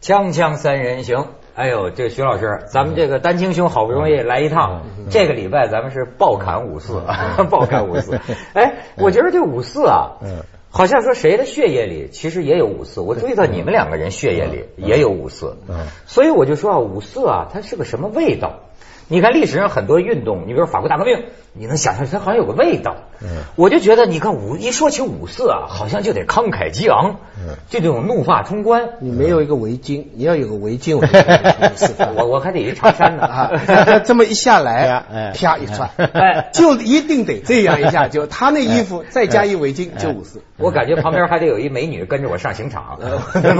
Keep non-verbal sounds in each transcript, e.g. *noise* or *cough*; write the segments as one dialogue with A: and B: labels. A: 锵锵三人行，哎呦，这徐老师，咱们这个丹青兄好不容易来一趟，这个礼拜咱们是爆砍五四， *laughs* 爆砍五四。哎，我觉得这五四啊，
B: 嗯
C: 嗯
A: 好像说谁的血液里其实也有五四，我注意到你们两个人血液里也有五四，所以我就说啊，五四啊，它是个什么味道？你看历史上很多运动，你比如法国大革命，你能想象它好像有个味道。我就觉得，你看五一说起五四啊，好像就得慷慨激昂，就这种怒发冲冠。
C: 你没有一个围巾，你要有个围巾，我就觉得是四分
A: *laughs* 我我还得一长衫呢
C: 啊，那 *laughs* 这么一下来
B: 嗯哎，
C: 啪一串
A: 哎，
C: 就一定得这样一下，就他那衣
B: 哎
C: 服再加一围巾就五四。
A: *laughs* 我感觉旁边还得有一美女跟着我上刑场， *laughs* 不
C: 呃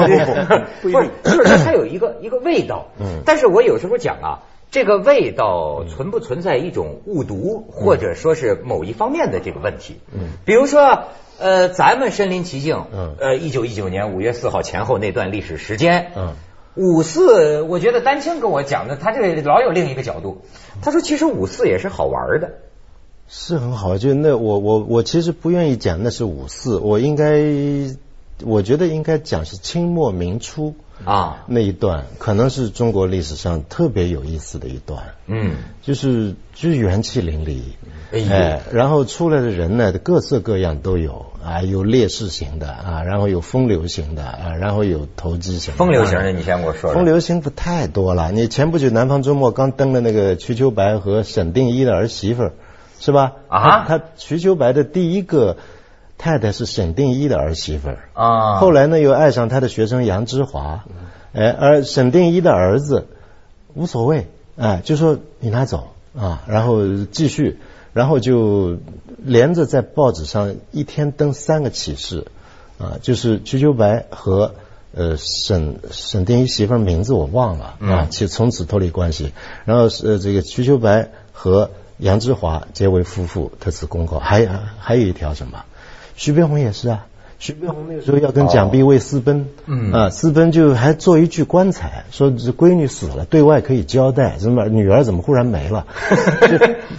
C: 不一定嗯
A: 是，就是说它有一个一个味道。但是我有时候讲啊，这个味道存不存在一种误
C: 嗯
A: 读，或者说是某一方面的这个问题。比如说，呃，咱们身临其境，
C: 嗯
A: 呃，一九一九年五月四号前后那段历史时间，
B: 嗯
A: 五四，我觉得丹青跟我讲的，他这老有另一个角度。他说，其实五四也是好玩的。
B: 是很好，就那我我我其实不愿意讲那是五四，我应该我觉得应该讲是清末民初
C: 嗯
A: 啊
B: 那一段，可能是中国历史上特别有意思的一段，
A: 嗯，
B: 就是就是元气淋漓，
A: 哎呦
B: 然后出来的人呢各色各样都有啊，有烈士型的啊，然后有风流型的啊，然后有投机型的，啊
A: 风流型的，你先给我说说。
B: 嗯风流型不太多了。你前不久南方周末刚登了那个瞿秋白和沈定一的儿媳妇儿，是吧？
A: 啊
B: 他他瞿秋白的第一个太太是沈定一的儿媳妇儿，
A: 啊，
B: 后来呢又爱上他的学生杨之华，哎，而沈定一的儿子无所谓，哎，就说你拿走啊，然后继续，然后就连着在报纸上一天登三个启事，啊，就是瞿秋白和呃沈沈定一媳妇儿名字我忘了啊，其从此脱离关系，然后是、呃、这个瞿秋白和杨之华结为夫妇，特此公告。还还有一条什么？徐悲鸿也是啊。徐悲鸿那个时候要跟蒋碧为私奔，
A: 哦嗯
B: 啊，私奔就还做一具棺材，说这闺女死了，对外可以交代，怎么女儿怎么忽然
A: *laughs*
B: 没了？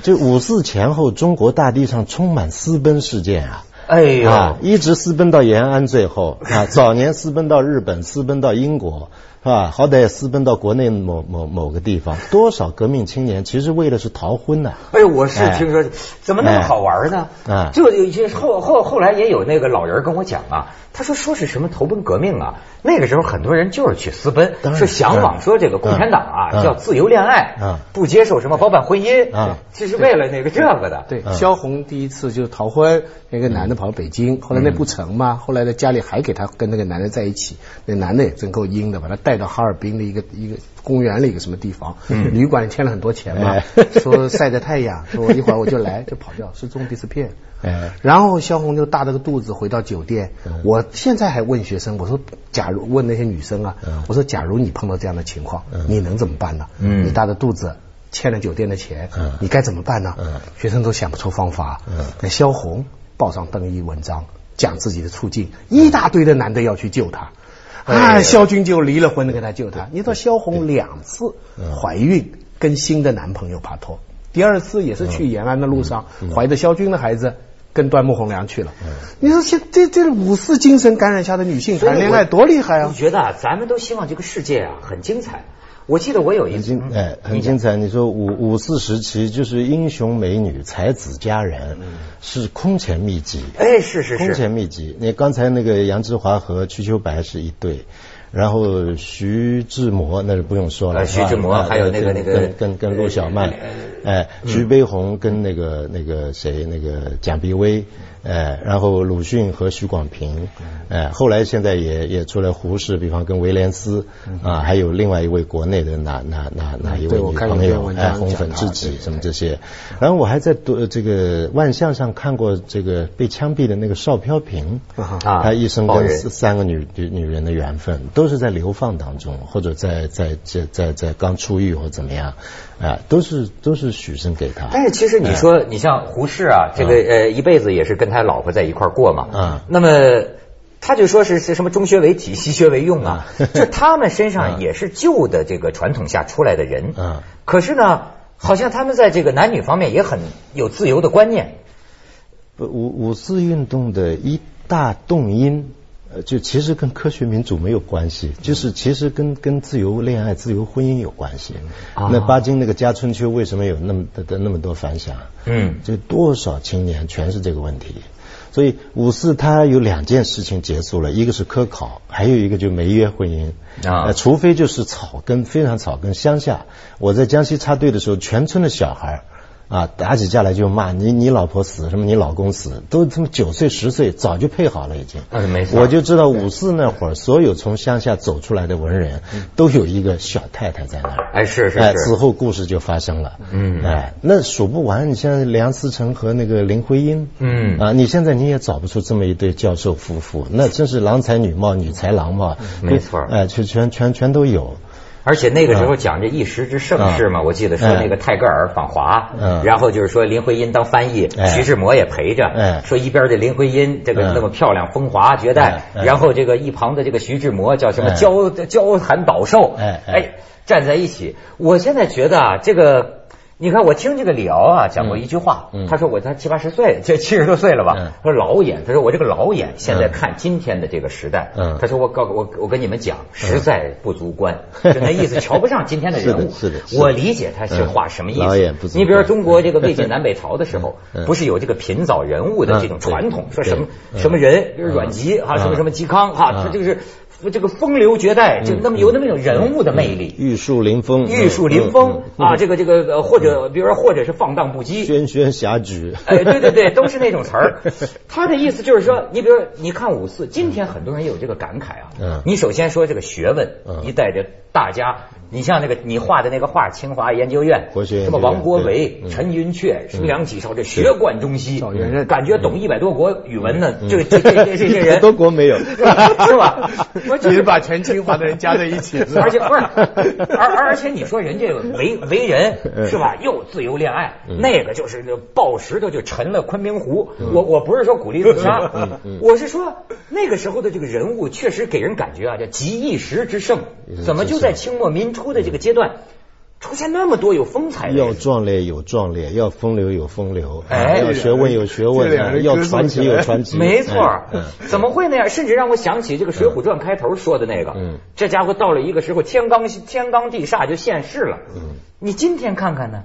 B: 就就五四前后，中国大地上充满私奔事件啊，
A: 哎呦，
B: 啊，一直私奔到延安，最后啊，早年私奔到日本，私奔到英国，是吧？好歹也私奔到国内某某某个地方。多少革命青年其实为的是逃婚呐、
A: 哎呦，我是
B: 哎
A: 听说，怎么那么好玩呢？
B: 哎
A: 就有一些后后后来也有那个老人跟我讲啊，他说说是什么投奔革命啊，那个时候很多人就是去私奔，
B: 当然
A: 是向往说这个共产党啊
B: 嗯
A: 叫自由恋爱，
B: 嗯
A: 不接受什么包办婚姻，
B: 嗯
A: 这是为了那个这个的。
C: 对，萧红第一次就是逃婚，那个男的跑到北京，后来那不成嘛，后来在家里还给她跟那个男的在一起，那男的也真够阴的，把她带到哈尔滨的一个一个公园里一个什么地方，旅馆里欠了很多钱嘛
B: 哎，
C: 说晒着太阳，说一会儿我就来，就跑掉，是中第四片。
B: 哎
C: 然后萧红就大着个肚子回到酒店。我现在还问学生，我说，假如问那些女生啊，我说，假如你碰到这样的情况，你能怎么办呢？
A: 嗯
C: 你大着肚子。欠了酒店的钱，你该怎么办呢？学生都想不出方法。那萧红报上登一文章，讲自己的处境，一大堆的男的要去救她。
A: 哎
C: 啊，萧军就离了婚，给她救她。你知道萧红两次
A: 嗯
C: 怀孕，跟新的男朋友爬托。第二次也是去延安的路上，
A: 嗯
C: 怀着萧军的孩子。跟端木蕻良去了，你说现这这五四精神感染下的女性
A: 所以我
C: 谈恋爱多厉害
A: 我
C: 啊！
A: 觉得啊，咱们都希望这个世界啊很精彩。我记得我有一嗯
B: 很
A: 次
B: 精，哎，很精彩。你说五五四时期就是英雄美女、才子佳人，是空前密集。
A: 哎，是是
B: 空
A: 是，
B: 前密集。你刚才那个杨之华和瞿秋白是一对，然后徐志摩那就不用说了，
A: 呃徐志摩
B: 是吧
A: 还有那个
B: 跟
A: 那个
B: 跟跟跟陆小曼，哎，徐悲鸿跟那个那个谁那个蒋碧薇，哎，然后鲁迅和许广平，哎，后来现在也也出来胡适，比方跟维廉斯啊，还有另外一位国内的哪哪哪哪一位
C: 对我
B: 女
C: 看了
B: 朋
C: 一篇
B: 友，
C: 文
B: 哎，
C: 章
B: 红
C: 讲
B: 粉
C: 她
B: 知
C: 对
B: 己什么这些。然后我还在读呃这个万象上看过这个被枪毙的那个邵飘萍，
C: 啊
B: 他哎一生
A: 报
B: 跟
A: 人
B: 四三个女女女人的缘分，都是在流放当中，或者在在在在在刚出狱或怎么样，啊，都是都是许生给他。
A: 但是其实你说，你像胡适啊，这个呃一辈子也是跟他老婆在一块儿过嘛。
B: 嗯
A: 那么他就说是是什么中学为体，西学为用啊，
B: 嗯
A: 就他们身上也是旧的这个传统下出来的人。
B: 嗯。
A: 可是呢，好像他们在这个男女方面也很有自由的观念。
B: 不五五四运动的一大动因，呃，就其实跟科学民主没有关系，就是其实跟跟自由恋爱、自由婚姻有关系。那巴金那个《家春秋》为什么有那么的的那么多反响？
A: 嗯
B: 就多少青年全是这个问题。所以五四它有两件事情结束了，一个是科考，还有一个就媒约婚姻
A: 啊
B: 呃除非就是草根非常草根乡下，我在江西插队的时候，全村的小孩儿啊打起架来就骂你你老婆死什么你老公死，都他妈九岁十岁早就配好了已经。
A: 那啊就没事儿
B: 我就知道五四那会儿，所有从乡下走出来的文人都有一个小太太在那儿。
A: 哎是是
B: 哎，
A: 是
B: 此后故事就发生了。
A: 嗯
B: 哎，那数不完。你像梁思成和那个林徽因，
A: 嗯
B: 啊，你现在你也找不出这么一对教授夫妇，那真是郎才女貌，女才郎貌。
A: 嗯没错儿
B: 哎，全全全全都有。
A: 而且那个时候讲这一时之盛世嘛，我记得说那个泰戈尔访华，
B: 嗯
A: 然后就是说林徽因当翻译，
B: 哎
A: 徐志摩也陪着，
B: 哎
A: 说一边的林徽因这个
B: 嗯
A: 那么漂亮风华绝代，
B: 哎哎
A: 然后这个一旁的这个徐志摩叫什么
B: 哎
A: 交交谈导寿，
B: 哎哎
A: 站在一起。我现在觉得啊，这个。你看，我听这个李敖啊讲过一句话，
B: 嗯嗯
A: 他说我才七八十岁，这七十多岁了吧？
B: 嗯
A: 他说老眼，他说我这个老眼现在
B: 嗯
A: 看今天的这个时代，
B: 嗯
A: 他说我告我我跟你们讲，实在不足观，
B: *laughs*
A: 就那意思瞧不上今天的人物。
B: 是的是的
A: 我理解他是话什么意思。
B: 嗯老眼不足
A: 你
B: 观
A: 比如说中国这个魏
B: *laughs*
A: 晋南北朝的时候，
B: 嗯嗯
A: 不是有这个贫枣人物的这种传统，
B: 嗯
A: 说
B: 对
A: 什么
B: 嗯
A: 什么人，比如阮籍哈，
B: 嗯
A: 什么什么嵇康哈，
B: 嗯
A: 他就是这个风流绝代，就那么有那么一种人物的魅力。
B: 玉树临风，
A: 玉树临
B: 嗯
A: 风啊，这个这个呃或者比如说或者是放荡不羁，
B: 轩轩侠举。
A: 哎，对对对，都是那种词儿。他的意思就是说，你比如你看五四，今天很多人也有这个感慨啊。
B: 嗯
A: 你首先说这个学问，
B: 嗯
A: 你带着大家，你像那个你画的那个画，清华研究院，
B: 国学研
A: 什
B: 究
A: 么
B: 院
A: 王国维、
B: 对嗯嗯
A: 陈寅恪、什么梁启超，这学贯中西
C: 赵元任，
A: 感觉懂一百多国语文呢。这这这哎这这些
B: *laughs*
A: 人
B: 多国没有，
A: 是
B: *laughs*
A: 吧？我就
C: *laughs*
A: 是
C: 你是把全清华的人加在一起，是吧
A: *laughs* 而且不是，而而而且你说人家为为
B: 嗯
A: 人是吧？又自由恋爱，那个就是那抱石头就沉了昆明湖。
B: 嗯
A: 我我不是说鼓励自杀，啊我是说那个时候的这个人物确实给人感觉啊，叫集一时之盛，
B: 嗯
A: 怎么就在清末民初的这个阶段出现那么多有风采的
B: 要
A: 人？
B: 壮烈有壮烈，要风流有风流，
A: 哎
B: 要学问有学问
C: 这两，个
B: 要
C: 歌颂
B: 传
C: 起
B: 奇
C: 来
B: 有传奇，
A: 没错儿
B: 嗯嗯，
A: 怎么会那样？甚至让我想起这个《水浒传》开头说的那个
B: 嗯，
A: 这家伙到了一个时候，天罡天罡地煞就现世了。
B: 嗯
A: 你今天看看呢？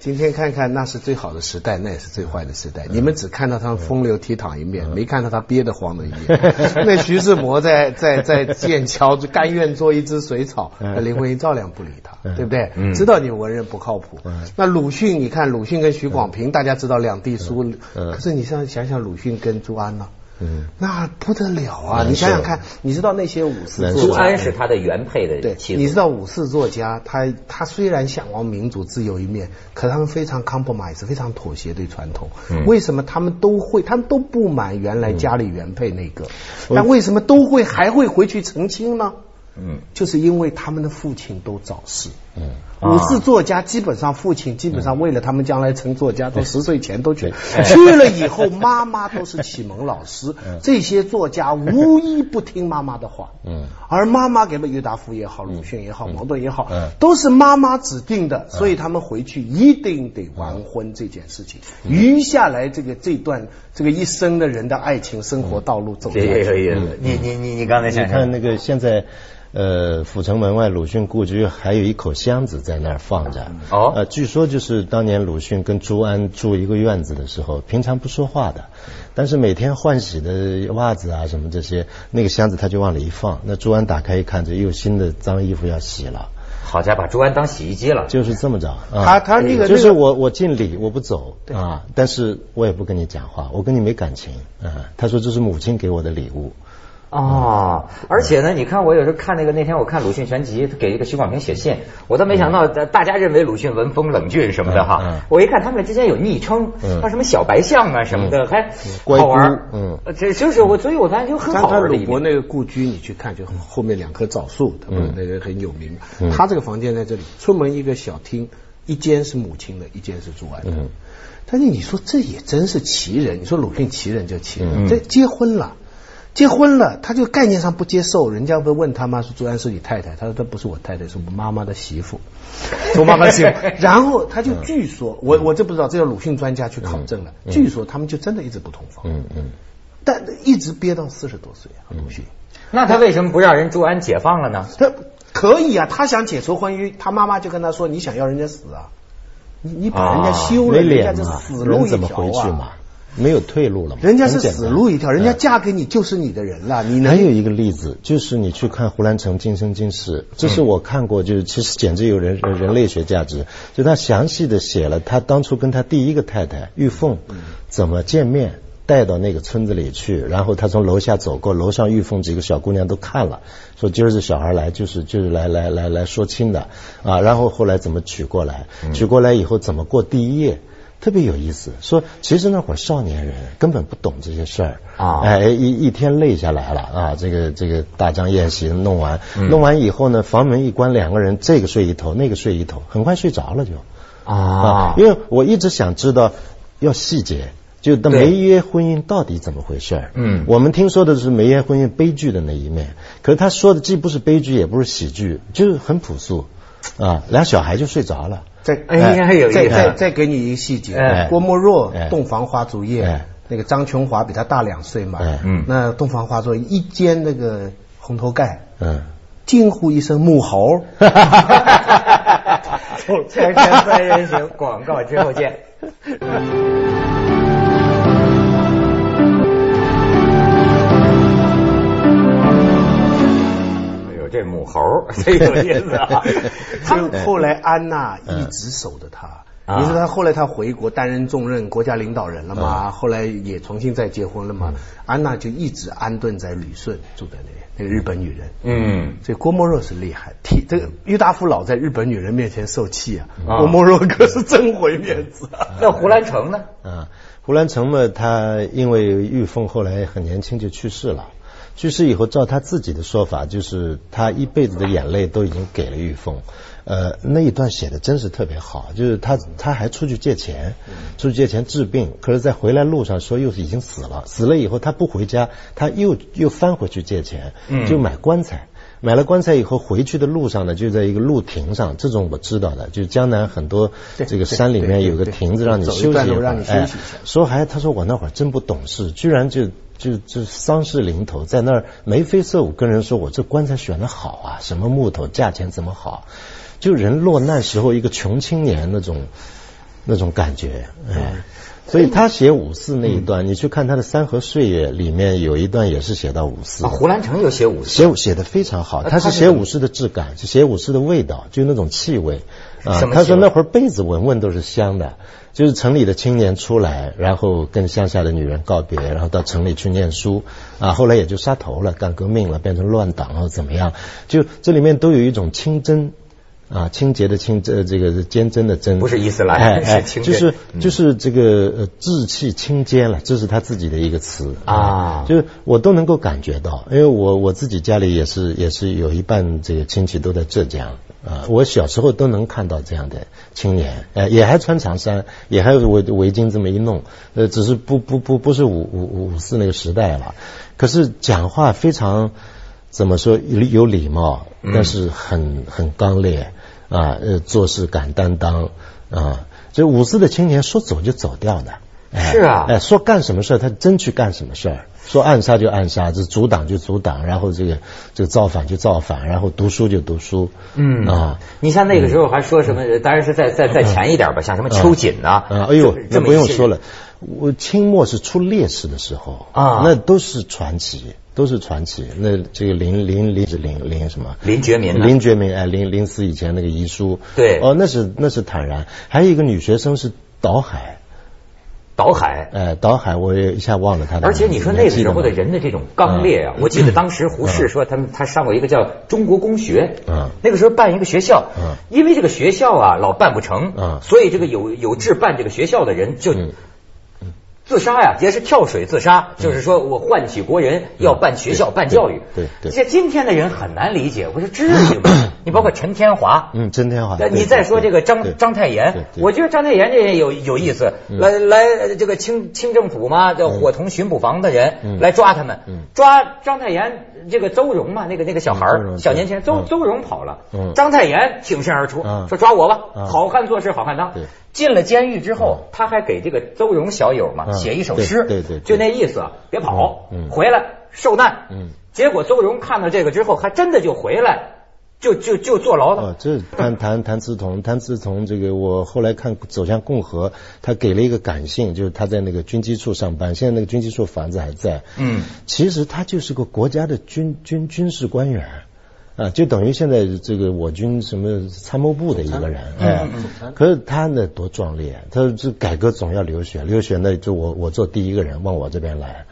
C: 今天看看，那是最好的时代，那也是最坏的时
B: 嗯
C: 代。你们只看到他风流倜傥一面，没看到他憋得慌的一
B: *laughs*
C: 面。那徐志摩在在在剑桥就甘愿做一只水草，
B: 嗯
C: 那林徽因照样不理他，对不对？知道你文人不靠谱。
B: 嗯
C: 那鲁迅，你看鲁迅跟徐广平，大家知道两地书，
B: 嗯
C: 可是你想想想鲁迅跟朱安呢？
B: 嗯
C: 那不得了啊！
B: 难
C: 你想想
B: 受
C: 看，你知道那些五四
B: 难
C: 作
B: 受
A: 朱
C: 家
A: 安是他的原配的
C: 对，
A: 妻子。
C: 你知道五四作家，他他虽然向往民主自由一面，可他们非常 compromise，非常妥协对传统。为什么他们都会，他们都不满原来家里原配那个，但为什么都会还会回去澄清呢？
A: 嗯，
C: 就是因为他们的父亲都早逝。
B: 嗯，
A: 啊
C: 五四作家基本上父亲基本上为了他们将来成作家，都十岁前都去 *laughs* 去了以后，妈妈都是启蒙老
B: *laughs*
C: 师，这些作家无一不听妈妈的话。
B: 嗯，
C: 而妈妈给的郁达夫也好，鲁迅也好，茅盾也好
B: 嗯，
C: 都是妈妈指定的，所以他们回去一定得完婚这件事情。
B: 嗯
C: 余下来这个这段这个一生的人的爱情生
B: 嗯
C: 活道路走下
A: 这也有
C: 去，
A: 意思。你你你你刚才
B: 你
A: 想
B: 看
A: 想，
B: 那个现在，呃，阜成门外鲁迅故居还有一口箱子在那儿放着。
A: 哦
B: 呃，据说就是当年鲁迅跟朱安住一个院子的时候，平常不说话的，但是每天换洗的袜子啊什么这些，那个箱子他就往里一放，那朱安打开一看，这又有新的脏衣服要洗了，
A: 好家伙，把朱安当洗衣机了。
B: 就是这么着。啊、
C: 他他那个
B: 就是
C: 那个
B: 我我敬礼，我不走啊，但是我也不跟你讲话，我跟你没感情啊。他说这是母亲给我的礼物。
A: 哦，而且呢，你看我有时候看那个那天我看鲁迅全集，他给这个徐广平写信，我倒没想到大大家认为鲁迅文风冷峻什么的
B: 嗯
A: 哈
B: 嗯，
A: 我一看他们之间有昵称，
B: 嗯
A: 叫什么小白象啊什么的，还
B: 乖
A: 好玩儿。
B: 姑嗯
A: 呃，这就是我，所以我发现就很
C: 刚
A: 好
C: 刚
A: 玩的
C: 鲁
A: 一
C: 伯
A: 面。
C: 那个故居，你去看，就后面两棵枣树，他们那个很有名。他这个房间在这里，出门一个小厅，一间是母亲的，一间是朱安的。但是你说这也真是奇人，你说鲁迅奇人就奇人，这结婚了。结婚了，他就概念上不接受，人家不问他妈说朱安是你太太，他说这不是我太太，是我妈妈的媳妇，
B: *laughs*
C: 是我妈妈的媳妇。然后他就据说，我我这不知道，这要鲁迅专家去考证了。据说他们就真的一直不同房。
B: 嗯嗯。
C: 但一直憋到四十多岁啊，鲁迅。
A: *laughs* 那他为什么不让人朱安解放了呢？
C: 他可以啊，他想解除婚约，他妈妈就跟他说：“你想要人家死啊？你你把人家休了，
B: 啊没
C: 人家
B: 脸
C: 就
B: 嘛，
C: 死路
B: 人
C: 一
B: 怎么
C: 条
B: 回去嘛
C: 啊！？
B: 没有退路了嘛？
C: 人家是
B: 很简单
C: 死路一条，人家
B: 嗯
C: 嫁给你就是你的人了，你
B: 还
C: 能
B: 有一个例子，就是你去看胡兰成《今生今世》，这是我看过，就是其实简直有人人人类学价值。就他详细的写了他当初跟他第一个太太玉凤怎么见面，带到那个村子里去，然后他从楼下走过，楼上玉凤几个小姑娘都看了，说今儿这小孩来就是就是来来来来说亲的啊，然后后来怎么娶过来，娶过来以后怎么过第一夜。特别有意思，说其实那会儿少年人根本不懂这些事儿
A: 啊
B: 哎，一一天累下来了啊，这个这个大张宴席弄完，
A: 嗯
B: 弄完以后呢，房门一关，两个人这个睡一头，那个睡一头，很快睡着了就
A: 啊
B: 因为我一直想知道要细节。就的
A: 对
B: 没约婚姻到底怎么回事儿？
A: 嗯
B: 我们听说的是梅艳婚姻悲剧的那一面，可是他说的既不是悲剧，也不是喜剧，就是很朴素，啊，俩小孩就睡着了。
C: 再
A: 哎呀，有意
C: 再再
A: 思。
C: 再给你一个细
A: 哎
C: 节，郭沫若
B: 哎
C: 《洞房花烛夜》
B: 哎
C: 那个张琼华比他大两岁嘛
B: 哎，
A: 嗯
C: 那《洞房花烛》一间那个红头盖，
B: 嗯，
C: 惊呼一声母猴，
A: 全城三人行，广告之后见。哎呦，这母猴儿，这有意思啊！
C: *laughs* 就后来安娜一直守着他。
A: 嗯
C: 你说他后来他回国担任重任国家领导人了嘛？后来也重新再结婚了嘛？安娜就一直安顿在旅顺，住在那边那个日本女人。
A: 嗯，
C: 所以郭沫若是厉害，替这个郁达夫老在日本女人面前受气啊，
A: 啊
C: 郭沫若可是真回面子啊。
A: 那胡兰成呢？
B: 啊，胡兰成嘛，他因为玉凤后来很年轻就去世了。去世以后，照他自己的说法，就是他一辈子的眼泪都已经给了玉凤。呃，那一段写的真是特别好，就是他他还出去借钱，出去借钱治病，可是，在回来路上说又是已经死了，死了以后他不回家，他又又翻回去借钱，就买棺材。买了棺材以后，回去的路上呢，就在一个路亭上，这种我知道的，就是江南很多这个山里面有个亭子让你
C: 走一
B: 休息
C: 段路
B: 会儿
C: 让你休息
B: 哎
C: 一下
B: 说还他说我那会儿真不懂事，居然就就就丧事临头，在那儿眉飞色舞跟人说我这棺材选的好啊，什么木头，价钱怎么好，啊就人落难时候一个穷青年那种那种感觉，哎。
C: 嗯
B: 所以他写五四那一段，你去看他的《山河岁月》里面有一段也是写到五四
A: 啊，，胡兰成又写武
B: 写写的非常
A: 呃
B: 好，他是写武士的质感，是写武士的味道，就那种气味啊
A: 什么。气味
B: 他说那会儿被子闻闻都是香的，就是城里的青年出来，然后跟乡下的女人告别，然后到城里去念书啊，后来也就杀头了，干革命了，变成乱党了怎么样？就这里面都有一种清真。啊，清洁的清，这这个坚贞的贞，
A: 不是伊斯兰
B: 哎哎，
A: *laughs* 是清嗯
B: 就
A: 真
B: 是就是这个呃志气清坚了，这是他自己的一个词
A: 啊
B: 就是我都能够感觉到，因为我我自己家里也是也是有一半这个亲戚都在浙江啊、我小时候都能看到这样的青年，呃，也还穿长衫，也还有围围巾这么一弄，呃，只是不不不不是五五五四那个时代了，可是讲话非常怎么说有有礼貌，但是很很刚烈啊，呃，做事敢担当啊，这五四的青年说走就走掉的。哎
A: 是啊
B: 哎，说干什么事儿，他真去干什么事儿。说暗杀就暗杀，这阻挡就阻挡，然后这个这个造反就造反，然后读书就读书。
A: 嗯
B: 啊，
A: 你像那个时候还说什么？当然是再再再前一点吧，像什么秋瑾呐、
B: 啊，哎呦
A: 这，
B: 那
A: 这么
B: 不
A: 一
B: 用
A: 些
B: 说了，我清末是出烈士的时候
A: 啊
B: 那都是传奇，都是传奇。那这个林林林林林什么？
A: 林觉民呢啊
B: 林觉民哎，林林思以前那个遗书，
A: 对
B: 哦，那是那是坦然。还有一个女学生是岛海，
A: 倒海。
B: 哎，岛海，我也一下忘了她的名
A: 而
B: 字。
A: 且你说
B: 你
A: 那
B: 还
A: 个
B: 记
A: 时
B: 得
A: 候的
B: 吗
A: 人的这种刚烈
B: 嗯
A: 啊，我记得当时胡适说他们他上过一个叫中国公学，
B: 嗯
A: 那个时候办一个学校
B: 嗯，
A: 因为这个学校啊老办不成
B: 嗯，
A: 所以这个有有志办这个学校的人就
B: 嗯
A: 自杀呀，也是跳水自杀，就是说我唤起国人要办学校、办教育。
B: 嗯对对对 *clears throat*
A: 这今天的人很难理解，我说至于吗？你包括陈天华，
B: 嗯，陈天华，
A: 那你再说这个
B: 对
A: 张张太炎
B: 对，对嗯
A: 我觉得张太炎这人有有意思，来来这个清清政府嘛，这伙同巡捕房的人
B: 嗯
A: 来抓他们
B: 嗯，
A: 抓张太炎这个周荣嘛，那个那个小孩
B: 嗯周
A: 儿
B: 荣
A: 小年轻人，周
B: 对
A: 周荣跑了
B: 嗯，
A: 张太炎挺身而出，
B: 嗯
A: 说抓我吧，
B: 嗯
A: 好汉做事好汉当
B: 对。
A: 进了监狱之后，他还给这个周荣小友嘛
B: 嗯
A: 写一首
B: 对
A: 诗，
B: 对对对
A: 就那意思，别跑
B: 嗯，嗯
A: 回来受难。
B: 嗯
A: 结果周荣看到这个之后，还真的就回来，就就就坐牢了
B: 哦。，这谈谈谭嗣同，谭嗣同这个我后来看《走向共和》，他给了一个感性，就是他在那个军机处上班，现在那个军机处房子还在。
A: 嗯，
B: 其实他就是个国家的军军军事官员。啊，就等于现在这个我军什么参谋部的一个人，
C: 嗯
B: 哎，可是他呢多壮烈，他这改革总要流血，流血呢就我我做第一个人往我这边来，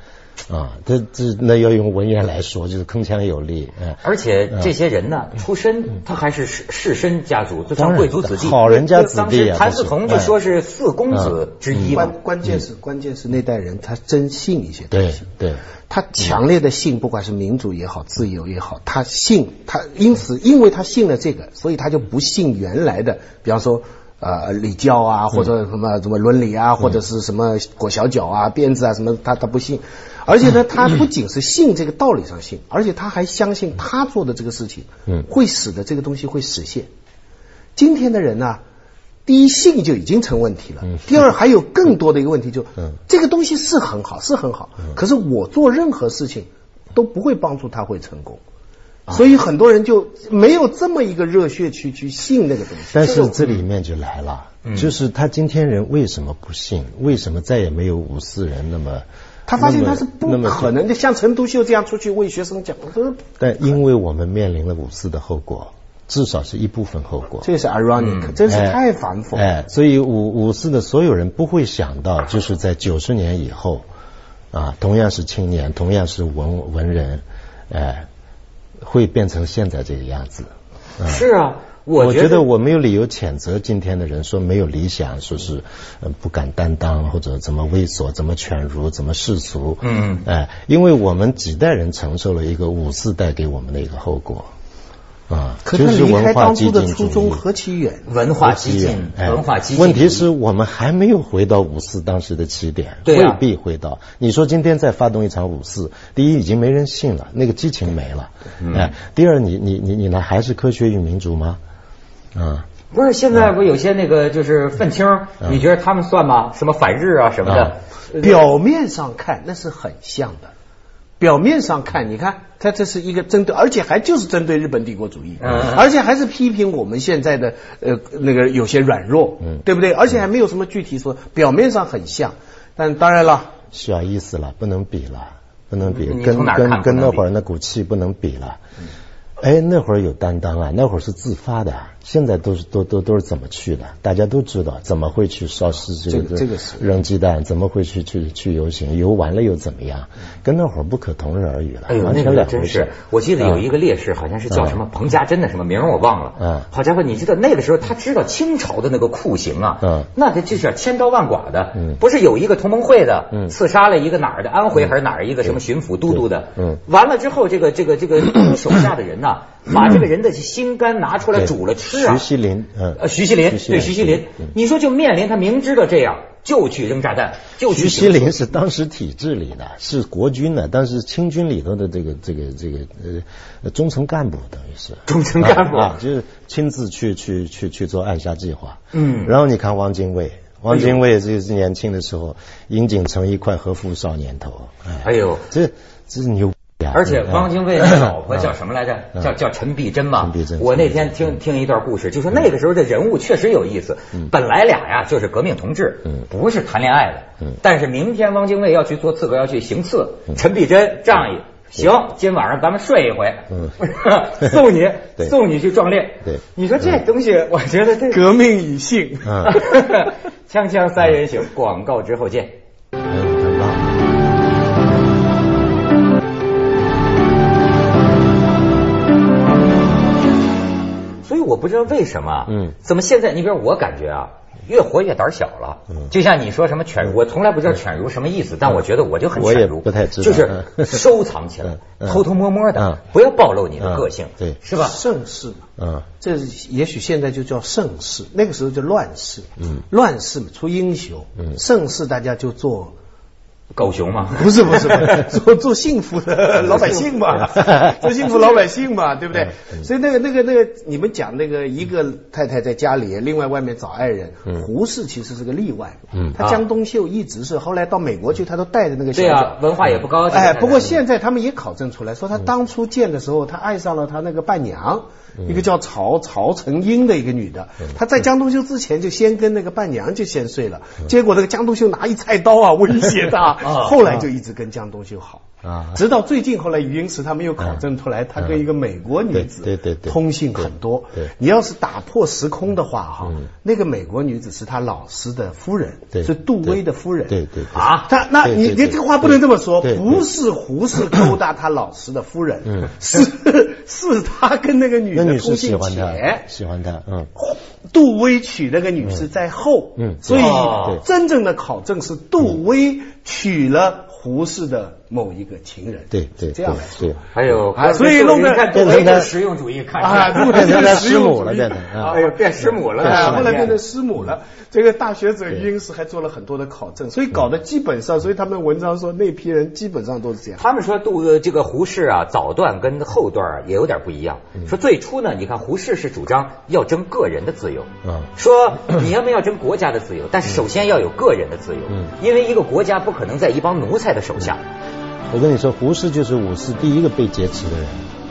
B: 啊，他这那要用文言来说就是铿锵有力，哎，
A: 而且这些人呢，出身他还是士士绅家族，就
B: 嗯当
A: 算
B: 然
A: 贵族子弟，
B: 好人家子弟
A: 当时
B: 啊嗯
A: 谭
B: 不是
A: 嗣同就说是四公子之一嘛
C: 关。关键是关键是那代人他真信一些东
B: 对
C: 西，
B: 对，
C: 他强烈的信，不管是民主也好，自由也好，他信他，因此因为他信了这个，所以他就不信原来的，比方说呃礼教啊，或者什么什么伦理啊，或者是什么裹小脚啊、鞭子啊什么，他他不信。而且呢，他不仅是信这个道理上信，而且他还相信他做的这个事情，
B: 嗯
C: 会使得这个东西会实现。今天的人呢、第一信就已经成问题了，第二还有更多的一个问题就，
B: 嗯
C: 这个东西是很好，是很好，可是我做任何事情都不会帮助他会成功，
B: 啊
C: 所以很多人就没有这么一个热血去去信那个东西。
B: 但是这里面就来了，
C: 嗯
B: 就是他今天人为什么不信？为什么再也没有五四人那么？
C: 他发现
B: 那么
C: 他是不
B: 那么
C: 可能的，像陈独秀这样出去为学生讲，我说
B: 但因为我们面临了五四的后果，至少是一部分后果。
C: 这是 ironic，、真是
B: 哎
C: 太反讽。
B: 哎，所以五五四的所有人不会想到，就是在九十年以后，啊，同样是青年，同样是文文人，哎，会变成现在这个样子。嗯
A: 是啊，
B: 我
A: 我觉得
B: 我没有理由谴责今天的人，说没有理想，说是呃不敢担当，或者怎么猥琐，怎么犬儒，怎么世俗。
A: 嗯
B: 哎，因为我们几代人承受了一个五四带给我们的一个后果，啊，
C: 可
B: 就
C: 他
B: 是
C: 离开
B: 文化
C: 当
B: 激
C: 初的
B: 进主
C: 初
B: 义
C: 衷。何其远。
A: 文化激进，
B: 哎
A: 文化激进。
B: 问题是我们还没有回到五四当时的起点，
A: 对啊
B: 未必回到。你说今天再发动一场五四，第一已经没人信了，那个激情没了，
A: 嗯
B: 哎，第二你你你你呢还是科学与民主吗？啊、
A: 不是现在不是有些那个就是愤青，
B: 嗯
A: 你觉得他们算吗？什么反日啊什么的
B: 啊，
A: 呃
C: 表面上看那是很像的，表面上看，你看它这是一个针对，而且还就是针对日本帝国主义，
A: 嗯
C: 而且还是批评我们现在的呃那个有些软弱，
B: 嗯
C: 对不对？而且还没有什么具体说，表面上很像，但当然了，
B: 小意思了，不能比了，不能比，
A: 你
B: 跟
A: 从哪儿看
B: 跟跟
A: 不能
B: 那
A: 比
B: 会儿那股气不能比了。哎，那会儿有担当啊，那会儿是自发的啊，现在都是都都都是怎么去的？大家都知道怎么会去烧尸
C: 这
B: 这
C: 个
B: 个
C: 这个是
B: 扔鸡蛋，怎么会去去去游行？游完了又怎么样？跟那会儿不可同日而语了，
A: 哎呦，
B: 完
A: 那
B: 全
A: 个
B: 两
A: 真
B: 回
A: 是
B: 事。，
A: 我记得有一个烈士，好像是叫什么彭家珍的什么名儿我忘了。
B: 嗯
A: 好家伙，你知道那个时候他知道清朝的那个酷刑啊，
B: 嗯
A: 那这就是千刀万剐的。
B: 嗯
A: 不是有一个同盟会的，
B: 嗯
A: 刺杀了一个哪儿的安徽还是哪儿一个什么巡抚都督的，
B: 嗯
A: 完了之后这个这个这
B: *coughs*
A: 个手下的人呐、把这个人的心肝拿出来
B: 对
A: 煮了吃啊。
B: 徐锡麟嗯
A: 呃，徐锡麟
B: 徐锡
A: 对
B: 麟
A: 徐锡麟
B: 嗯，
A: 你说就面临他明知道这样就去扔炸弹，就去
B: 徐锡麟是当时体制里的，是国军的，当时清军里头的这个这个这个呃中层干部，等于是
A: 中层干部
B: 啊啊就是亲自去去去去做暗杀计划。
A: 嗯哎
B: 然后你看汪精卫，汪精卫这个是年轻的时候，引颈成一块和富少年头。
A: 哎呦
B: 这这是牛逼啊！
A: 而且
B: 嗯
A: 汪精卫的老婆叫什么来着？
B: 嗯
A: 叫叫陈璧珍嘛。
B: 陈璧珍嗯
A: 我那天听听一段故事，就说那个时候的人物确实有意思。本来俩呀就是革命同志，
B: 嗯
A: 不是谈恋爱的
B: 嗯。
A: 但是明天汪精卫要去做刺客，要去行刺，陈璧珍仗义。行，今晚上咱们睡一回，
B: 嗯
A: *laughs* 送你
B: *laughs* 对
A: 送你去壮烈。
B: 对
A: 你说这东西，我觉得这
C: 革命以信。
B: 嗯
A: *laughs* 锵锵三人行，广告之后见。
B: 嗯很棒。
A: 所以我不知道为什么，啊
B: 嗯
A: 怎么现在你比如我感觉啊，越活越胆小了，
B: 嗯
A: 就像你说什么犬，我从来不知道犬儒什么意思，但我觉得我就很
B: 我也
A: 犬儒，
B: 不太知道
A: 就是
B: 嗯
A: 收藏起来，
B: 嗯嗯
A: 偷偷摸摸
B: 嗯
A: 的，不要暴露你的个性
B: 嗯，对
A: 是吧？
C: 盛世嘛，
B: 嗯
C: 这也许现在就叫盛世，那个时候叫乱世，嗯，乱世嘛出英雄，嗯，盛世大家就做。
A: 狗熊嘛，
C: *laughs* 不是不是，不是做做幸福的老百
A: *laughs*
C: 姓嘛，做幸福老百姓嘛，
A: 嗯
C: 对不对？所以那个那个那个，你们讲那个一个太太在家
A: 嗯
C: 里，另外外面找爱人，胡适其实是个例外，
B: 嗯
C: 他江东秀一直是后来到美国去，他都带着那个小
A: *laughs* 啊对啊
C: 脚，。
A: 文化也不
B: 哦
A: 高，
C: 哎，不过
A: 现
C: 现在他们也考证出来，说他
B: 嗯
C: 当初见的时候，他爱上了他那个伴娘，
B: 嗯
C: 一个叫曹曹成英的一个女的。他在江东秀之前就先跟那个伴娘就先睡了，
B: 嗯
C: 结果那个江东秀拿一菜刀啊威胁
B: *laughs*
C: 他，后来就一直跟江东秀好。
B: 啊，
C: 直到最近，后来余英时他们又考证出来，他跟一个美国女子
B: 对对对对
C: 通信很多
B: 对对。
C: 你要是打破时空的话，哈，那个美国女子是他老师的夫人，
B: 对
C: 是杜威的夫人。
B: 对对对
A: 啊，
C: 他那
B: 对
C: 你
B: 对
C: 你
B: 对
C: 这个话不能这么说，
B: 对对嗯
C: 不是胡适勾搭他老师的夫人，是是他跟那个女
B: 那
C: 的
B: 女
C: 通
B: 士喜
C: 信
B: 欢
C: 前
B: 他，，喜欢他，嗯，
C: 杜威娶那个女士在后，
B: 嗯
C: 所以
A: 哦
C: 真正的考证是杜威娶了胡适的某一个情人，
B: 对对
C: 是这
B: 对
C: 样来说
B: 对，
A: 还有
B: 哎
C: 啊所以弄得
A: 你看杜
B: 变成
A: 威的
B: 他
A: 实用主义看
C: 啊，
A: 出来
C: 如果
B: *laughs*
C: 他
B: 变成
C: 是
B: 他
C: 实
B: 师
C: 用
B: 母
C: 主
B: 了
C: 义
B: 变成啊
A: 哎呦，变师母了，
C: 啊，后来变成师母了。这个大学者余英时还做了很多的考证，所以搞得基本上，所以他们文章说那批人基本上都是这样。
A: 他们说杜呃这个胡适啊，早段跟后段啊也有点不一样。说最初呢，你看胡适是主张要争个人的自由，
B: 嗯
A: 说你要么要争国家的自由，但是首先要有个人的自由，因为一个国家不可能在一帮奴才的手下
B: 我跟你说，胡适就是五四第一个被劫持的人，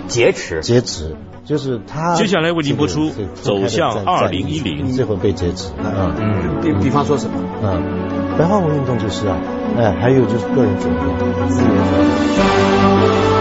A: 劫持。
B: 劫持就是他。
D: 接下来为您播出
B: 这个嗯
D: 走向
B: 这个战
D: 2010
B: 最后被劫持，啊
A: 嗯，
C: 比比方说什么？
B: 啊，白话文运动就是啊，哎，还有就是个人主义，自由主义。
E: 我